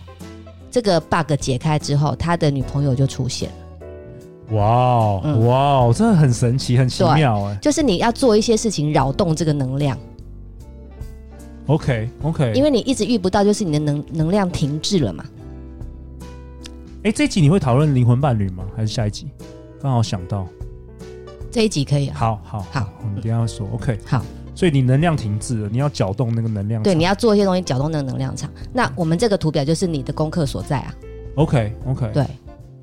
这个 bug 解开之后，他的女朋友就出现了。哇哦嗯哇哦，真的很神奇，很奇对妙哎。就是你要做一些事情扰动这个能量， OK OK，因为为你一直遇不到，就是你的能能量停滞了嘛。哎，这一集你会讨论灵魂伴侣吗？还是下一集？刚好想到，这一集可以啊，好好好我们等一下说 OK。好，所以你能量停滞了，你要搅动那个能量场。对，你要做一些东西搅动那个能量场。那我们这个图表就是你的功课所在啊。 OK OK 对，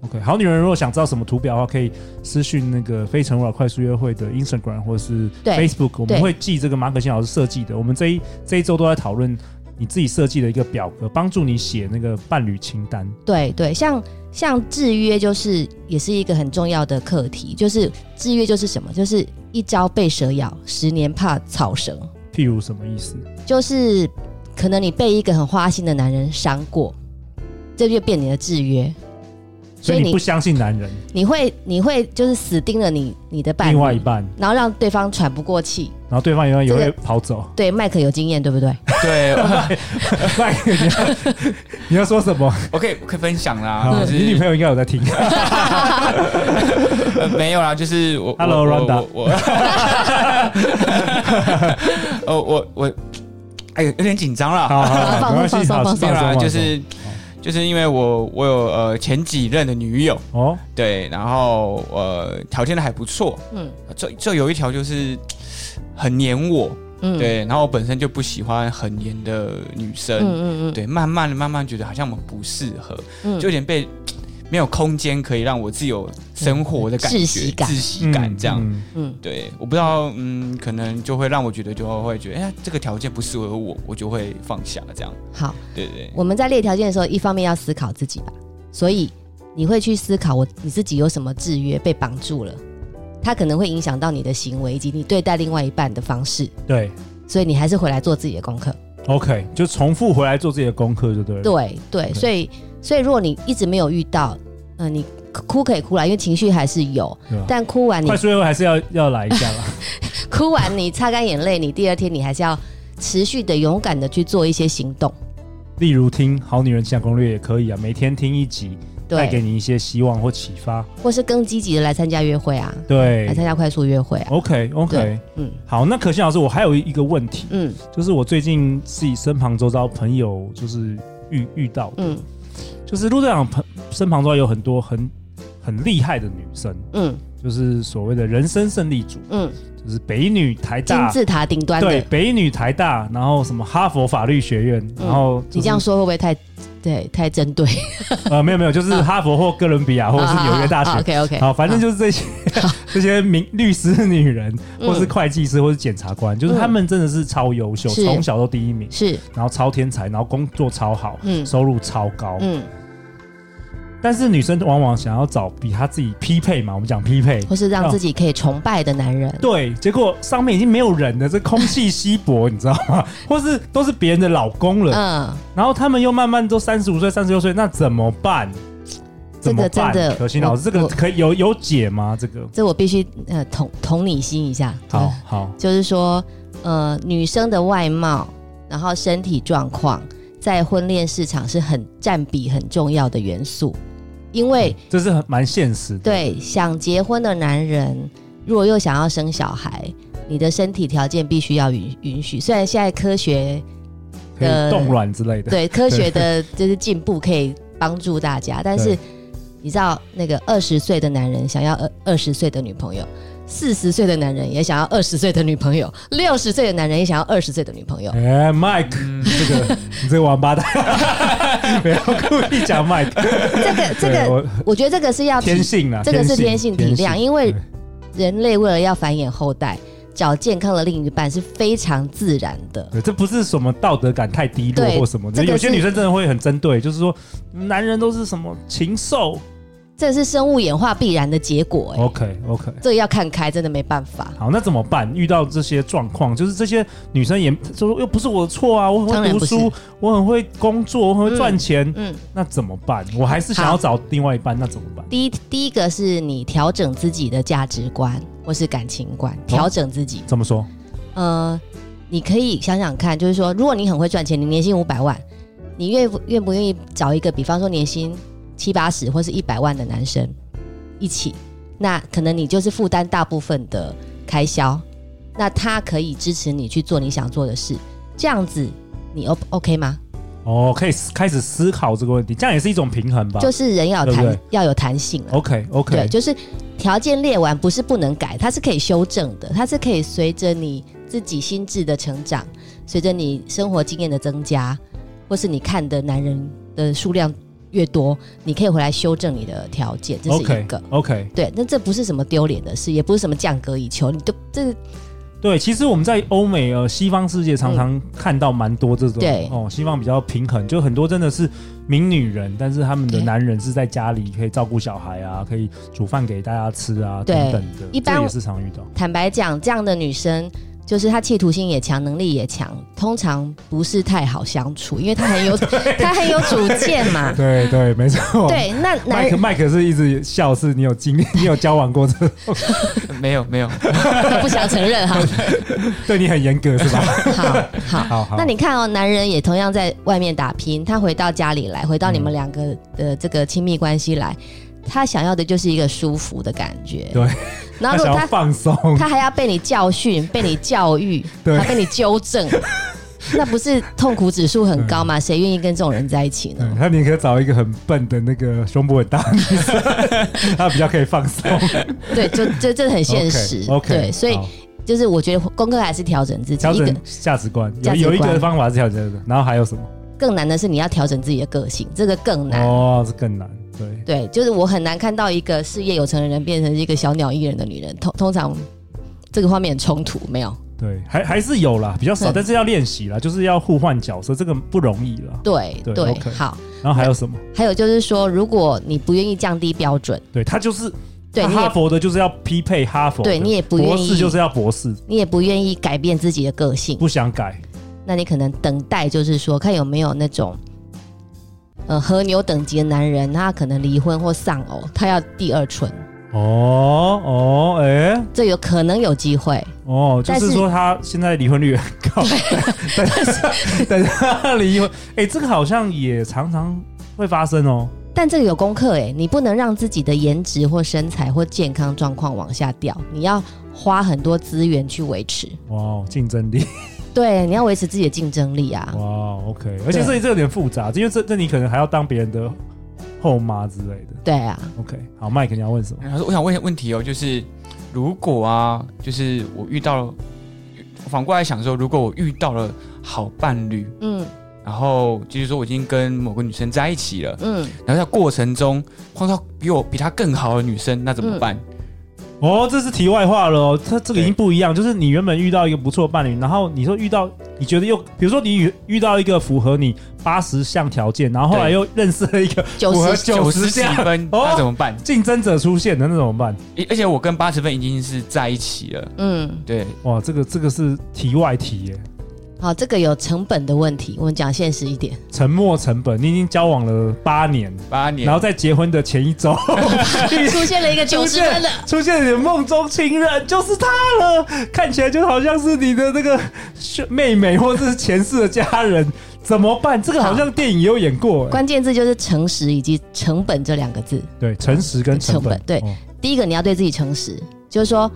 OK。好女人如果想知道什么图表的话，可以私讯那个非诚勿扰快速约会的 Instagram 或者是对 Facebook，我对们会记这个马可欣老师设计的。我们这一这一周都在讨论你自己设计的一个表格，帮助你写那个伴侣清单。对对，像像制约就是也是一个很重要的课题，就是制约就是什么？就是一朝被蛇咬，十年怕草绳。譬如什么意思？就是可能你被一个很花心的男人伤过，这就变你的制约。所所以以你你不相信男人你会你会就是死盯着你你的伴侣，另外一半，然后让对方喘不过气。然后对方永远也这会个跑走。 对，麦克有经验，对不对？对 麦克你要 你要说什么？我可以我可以分享啦，好就你女是朋友应该有在听。呃没有啦，就是我 Hello, 我 Rhonda 我我，哦我 我，哎有点紧 张啦。好好，好放松没关系放松好放放松松没有啦放松就是就是因为我我有呃前几任的女友，哦，对，然后呃条件的还不错，嗯这这有一条就是很黏我，嗯，对，然后我本身就不喜欢很黏的女生，嗯嗯嗯对，慢慢的慢慢觉得好像我们不适合，嗯，就有点被没有空间可以让我自由生活的感觉，窒息感窒息感这样。嗯嗯对，我不知道，嗯，可能就会让我觉得，就会觉得，哎、呀，这个条件不适合我，我就会放下这样。好。对对对我们在列条件的时候，一方面要思考自己吧，所以你会去思考我你自己有什么制约被绑住了，它可能会影响到你的行为以及你对待另外一半的方式，对所以你还是回来做自己的功课。 ，OK，就重复回来做自己的功课就对了。对对，对所以所以如果你一直没有遇到，嗯、你哭可以哭啦，因为情绪还是有，对吧，但哭完你快速约会还是要要来一下 啦。哭完你擦干眼泪，你第二天你还是要持续的勇敢的去做一些行动。例如听《好女人情感攻略》也可以啊，每天听一集，带给对，你一些希望或启发。或是更积极的来参加约会啊，来对参加快速约会啊， ，OK OK，对嗯好，那可心老师，我还有一个问题，嗯就是我最近自己身旁周遭朋友就是遇遇到的，嗯就是陆队长朋身旁周遭有很多很很厉害的女生，嗯就是所谓的人生胜利组，嗯，就是北女台金大，字塔顶端对，的，北女台大，然后什么哈佛法律学院，嗯然后、就是你这样说会不会太对太针对？呃，没有没有，就是啊哈佛或哥伦比亚或者哦是纽约大学 OK 啊 OK，好，反正就是这些这些名律师、女人，嗯或是会计师，或是检察官，就是他们真的是超优秀，是从小都第一名，是然后超天才，然后工作超好，嗯收入超高。嗯，但是女生往往想要找比她自己匹配嘛，我们讲匹配，或是让自己可以崇拜的男人，对，结果上面已经没有人了，这空气稀薄，你知道吗？或是都是别人的老公了，嗯，然后他们又慢慢都三十五岁、三十六岁，那怎么办？这怎么个办？真的可心老师，这我个我可以有有解吗？这个这我必须呃同同理心一下。好好，就是说，呃，女生的外貌，然后身体状况，在婚恋市场是很占比很重要的元素，因为这是很蛮现实的。对想结婚的男人，如果又想要生小孩，你的身体条件必须要允允许。虽然现在科学可以呃冻卵之类的。对科学的就是进步可以帮助大家， 但是对你知道那个二十岁的男人想要二二十岁的女朋友。四十岁的男人也想要二十岁的女朋友，六十岁的男人也想要二十岁的女朋友，哎、m i k e 这 个你这个王八蛋，不要故意讲 Mike。这个这对个，我我觉得这个是要体天性啊，这个是天性体谅，因为对人类为了要繁衍后代，找健康的另一半是非常自然的。对，这不是什么道德感太低落对或什么，这个有些是女生真的会很针对，就是说男人都是什么禽兽，这是生物演化必然的结果、哎、 OK OK，这要看开，真的没办法。好，那怎么办？遇到这些状况，就是这些女生也说又不是我的错啊，我很当会然读不是书，我很会工作，我很会赚钱，嗯，那怎么办？我还是想要好找另外一半，那怎么办？第一第一个是你调整自己的价值观或是感情观，调整自己。怎么说？呃，你可以想想看，就是说，如果你很会赚钱，你年薪五百万，你愿不愿不愿意找一个，比方说年薪七八十或是一百万的男生一起？那可能你就是负担大部分的开销，那他可以支持你去做你想做的事，这样子你 O OK 吗？哦，可以思开始思考这个问题，这样也是一种平衡吧？就是人要有对不弹对要有弹性了。 OK 对， OK，就是条件列完不是不能改，它是可以修正的，它是可以随着你自己心智的成长，随着你生活经验的增加，或是你看的男人的数量越多，你可以回来修正你的条件，这是 OK 一个。 OK，对，那这不是什么丢脸的事，也不是什么降格以求，你都这对，其实我们在欧美呃西方世界常常看到蛮多这种，嗯对嗯哦，西方比较平衡，就很多真的是名女人，但是他们的对男人是在家里可以照顾小孩啊，可以煮饭给大家吃啊，对等等的，一般这也是常遇到。坦白讲，这样的女生就是她企图心也强，能力也强，通常不是太好相处，因为 她很有她很有主见嘛。对对，没错。对，那男麦克麦克是一直笑，是你有经 历，你有交往过这， 没有没有，他 不想承 认哈。对你很严格是 吧？好好，好好，那你看哦，男人也同样在外面打拼，他回到家里来，回到你嗯们两个的这个亲密关系来，他想要的就是一个舒服的感觉。对，他然后如想果要他放松，他还要被你教训、被你教育、 对还被你纠 正，那不是痛苦指数很高吗？谁愿意跟这种人在一起对呢？嗯他宁可找一个很笨的那个胸部很大的女生， 他比较可以放 松。对，就这这很 现实。 OK，, 对，所以好就是我觉得功课还是调整自己。调一个整价值观，有价值有一个观方法是调整价值观，然后还有什么？更难的是你要调整自己的个性，这个更难。哦，这更难。对，对，就是我很难看到一个事业有成的人变成一个小鸟依人的女人，通通常这个画面很冲突，没有？对，还还是有啦，比较少，嗯但是要练习啦，就是要互换角色，这个不容易啦。对对对 OK 好。然后还有什么？还有就是说，如果你不愿意降低标准，对他就是，对他你啊哈也佛的就是要匹配哈佛的，对你也不愿意博士就是要博士，你也不愿意改变自己的个性，不想改。那你可能等待就是说，看有没有那种。呃，和牛等级的男人，他可能离婚或丧偶，他要第二春，哦哦，哎、这有可能有机会。哦，就但是是说他现在离婚率很 高，但是但是他离婚，哎、这个好像也常常会发生哦。但这个有功课哎，你不能让自己的颜值或身材或健康状况往下掉，你要花很多资源去维持。哇哦，竞争力，对，你要维持自己的竞争力啊。哇哦，OK，而且这这有点复杂，因为这这你可能还要当别人的后妈之类的。对啊， OK，好，麦肯你要问什么？他说：“我想问一个问题哦，就是如果啊，就是我遇到了，反过来想说，如果我遇到了好伴侣，嗯然后就是说我已经跟某个女生在一起了， 嗯，然后在过程中碰到比我比她更好的女生，那怎么办？哦，这是题外话了哦，它这个已经对不一样，就是你原本遇到一个不错的伴侣，然后你说遇到你觉得又，比如说你遇遇到一个符合你八十项条件，然后后来对又认识了一个九符合十九十十几项分，哦那怎么办？竞争者出现的，那怎么办？而而且我跟八十分已经是在一起了，嗯，对，哇，这个这个是题外题耶，好，这个有成本的问题，我们讲现实一 点。沉没成本，你已经交往了八年，八年，然后在结婚的前一周出现了一个九十分的，出现你的梦中情人，就是他了，看起来就好像是你的那个妹妹或者是前世的家人，怎么办？这个好像电影也有演过耶，哎关键字就是诚实以及成本这两个字。对，诚实跟成本，成本对哦第一个，你要对自己诚实，就是说，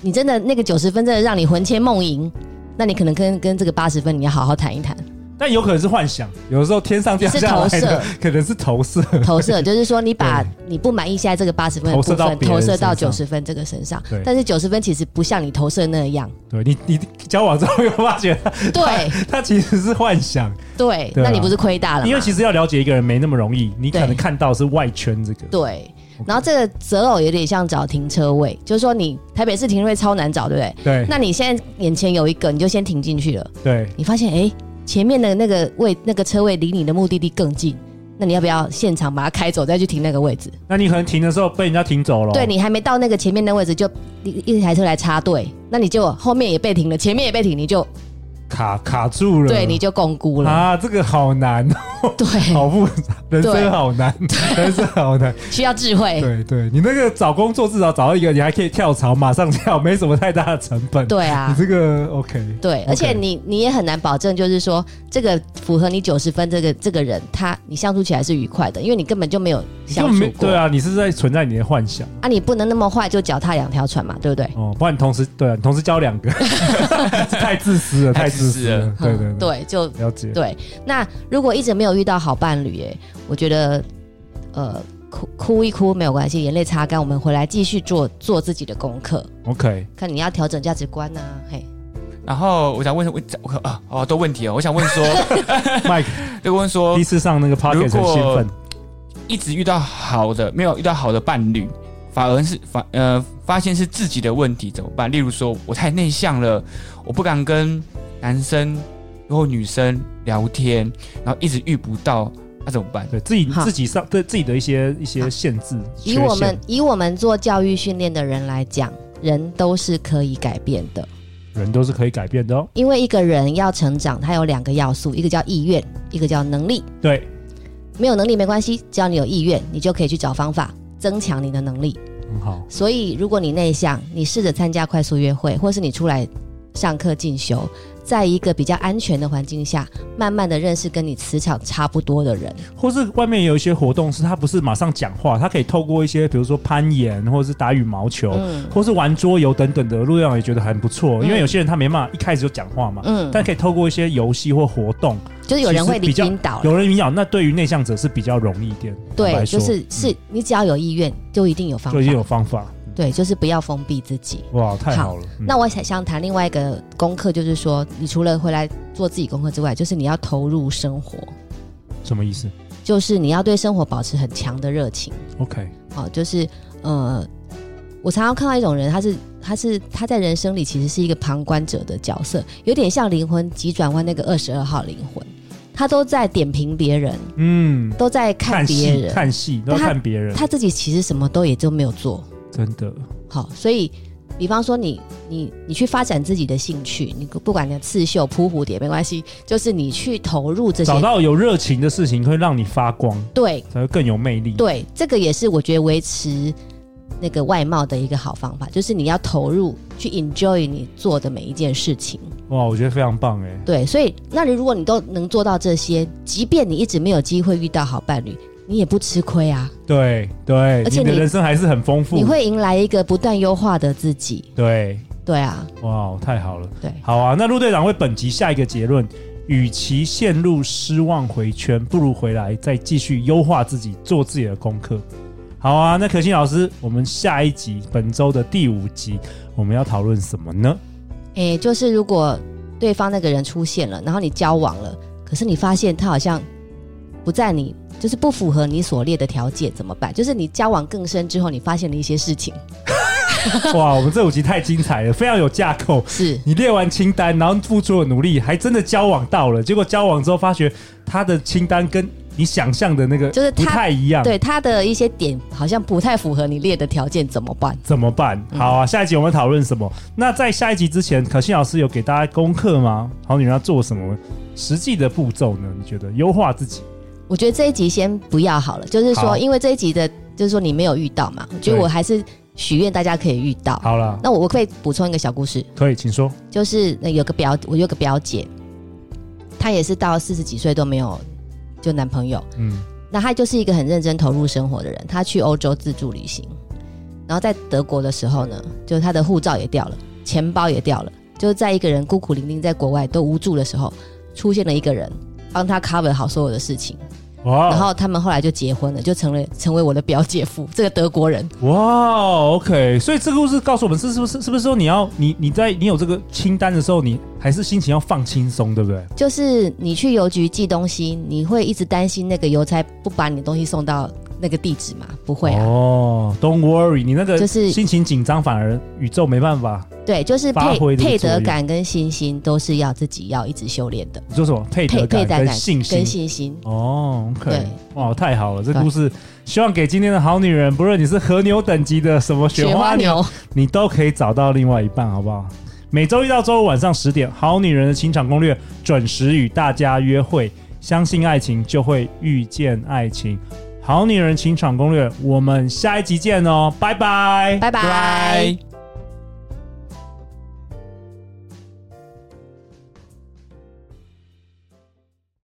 你真的那个九十分真的让你魂牵梦萦，那你可能跟跟这个八十分，你要好好谈一 谈。但有可能是幻想，有的时候天上掉下来是投的射 可能是投射， 投射，就是说你把你不满意现在这个八十分的投部射到分别人投射到身九上十分这个身上对，但是九十分其实不像你投射 那样。对你，你交往之后有发觉他，对他其实是幻想，对，对啊那你不是亏大了吗？因为其实要了解一个人没那么容易，你可对能看到是外圈这个，对。然后这个择偶有点像找停车位，就是说你台北市停车位超难找，对不对？对那你现在眼前有一个，你就先停进去了。对你发现哎，诶前面的那个位那个车位离你的目的地更近，那你要不要现场把它开走，再去停那个位置？那你可能停的时候被人家停走了。对你还没到那个前面的位置，就一一台车来插队，那你就后面也被停了，前面也被停，你就卡卡住了，对你就共估了。啊，这个好难哦，对， 好复杂，人生好难，人生好难。需要智慧。对对，你那个找工作至少找到一个，你还可以跳槽，马上跳，没什么太大的成本。、对啊你，这个 OK，对，而且 OK 你你也很难保证，就是说这个符合你九十分这个这个人，他你相处起来是愉快的，因为你根本就没有你就相处没过。对啊，你是在存在你的幻想啊，你不能那么坏就脚踏两条船嘛，对不对？哦，不然你同时对、啊，你同时交 两个，太自私了，太太自自私私了了。对对嗯对，就对，了解。对。那如果一直没有遇到好伴侣，哎，我觉得，呃，哭哭一哭没有关系，眼泪擦干，我们回来继续做做自己的功课， OK， 看你要调整价值观呐、啊，嘿，然后我想问问我啊，好多问题哦，我想问 说， Mike 就问说第一，次上那个 p o c k e t 很如果兴奋，一直遇到好的，没有遇到好的伴侣，反而是反呃发现是自己的问题怎么办？例如说我太内向了，我不敢跟男生或女生聊天，然后一直遇不到，那、怎么办？对自己好自己上对自己的一些一些好限制缺以陷。我们以我们做教育训练的人来讲，人都是可以改变的。人都是可以改变的哦。因为一个人要成长，他有两个要素，一个叫意愿，一个叫能力。对，没有能力没关系，只要你有意愿，你就可以去找方法增强你的能力。很好。所以，如果你内向，你试着参加快速约会，或是你出来上课进修，在一个比较安全的环境下，慢慢的认识跟你磁场差不多的人。或是外面有一些活动，是他不是马上讲话，他可以透过一些，比如说攀岩，或者是打羽毛球，嗯或是玩桌游等等的，陆让也觉得很不错。嗯因为有些人他没办法一开始就讲话嘛，嗯，但可以透过一些游戏或活动，就是有人会其实领比较引导啦，有人引导，那对于内向者是比较容易一点。坦嗯对，白说嗯就是是你只要有意愿，就一定有方就已经有法。方法。对，就是不要封闭自己。哇，太好了！嗯那我想想谈另外一个功课，就是说，你除了回来做自己功课之外，就是你要投入生活，什么意思就是你要对生活保持很强的热情。 ？OK，好、就是呃，我常常看到一种人，他是他是他在人生里其实是一个旁观者的角色，有点像《灵魂急转弯》那个二十二号灵魂，他都在点评别人，嗯，都在看别戏，人，看戏，都要但他看别人，他自己其实什么都也就没有做。真的好，所以比方说你你你去发展自己的兴趣，你不管你刺绣、扑蝴蝶没关系，就是你去投入这些找，到有热情的事情，会让你发光，对才会更有魅力。对，这个也是我觉得维持那个外貌的一个好方法，就是你要投入去 enjoy 你做的每一件事情。哇，我觉得非常棒哎。对，所以那你如果你都能做到这些，即便你一直没有机会遇到好伴侣，你也不吃亏啊，对对，而且你的你人生还是很丰富。你会迎来一个不断优化的自己。对，对啊，哇，太好了。对好啊，那陆队长为本集下一个结论：与其陷入失望回圈，不如回来再继续优化自己，做自己的功课。好啊，那可心老师，我们下一集本周的第五集，我们要讨论什么 呢？诶，就是如果对方那个人出现了，然后你交往了，可是你发现他好像不在你，就是不符合你所列的条件，怎么办？就是你交往更深之后，你发现了一些事情，哇，我们这五集太精彩了，非常有架构。是你列完清单，然后付出了努力，还真的交往到了，结果交往之后发觉他的清单跟你想象的那个就是不他太一样，对他的一些点好像不太符合你列的条件，怎么办？怎么办？嗯好啊，下一集我们讨论什么？那在下一集之前，可心老师有给大家功课吗？好女人要做什么实际的步骤呢？你觉得优化自己？我觉得这一集先不要好了，就是好说，因为这一集的，就是说你没有遇到嘛，我觉得对我还是许愿大家可以遇到。好了，那我我可以补充一个小故事，可以，请说。就是那有个表，我有个表姐，她也是到四十几岁都没有就男朋友，嗯，那她就是一个很认真投入生活的人。她去欧洲自助旅行，然后在德国的时候呢，就是她的护照也掉了，钱包也掉了，就是在一个人孤苦伶仃在国外都无助的时候，出现了一个人帮她 cover 好所有的事情，哇然后他们后来就结婚了，就成了成为我的表姐夫，这个德国人。哇，OK，所以这个故事告诉我们是是不是是不是说你要你你在你有这个清单的时候，你还是心情要放轻松，对不对？就是你去邮局寄东西，你会一直担心那个邮差不把你的东西送到那个地址吗？不会啊，哦，Don't worry，你那个就是心情紧张，反而宇宙没办法。对，就是发配挥这个配作得用感跟信心都是要自己要一直修炼的，你说什么配配得配得感感跟信跟心？信心。哦，OK，对哇，太好了，这对故事希望给今天的好女人，不论你是和牛等级的什么雪花牛，，你都可以找到另外一半，好不好？每周一到周五晚上十点，《好女人的情场攻略》准时与大家约会。相信爱情，就会遇见爱情。好女人情场攻略，我们下一集见哦，拜拜。拜拜拜。拜。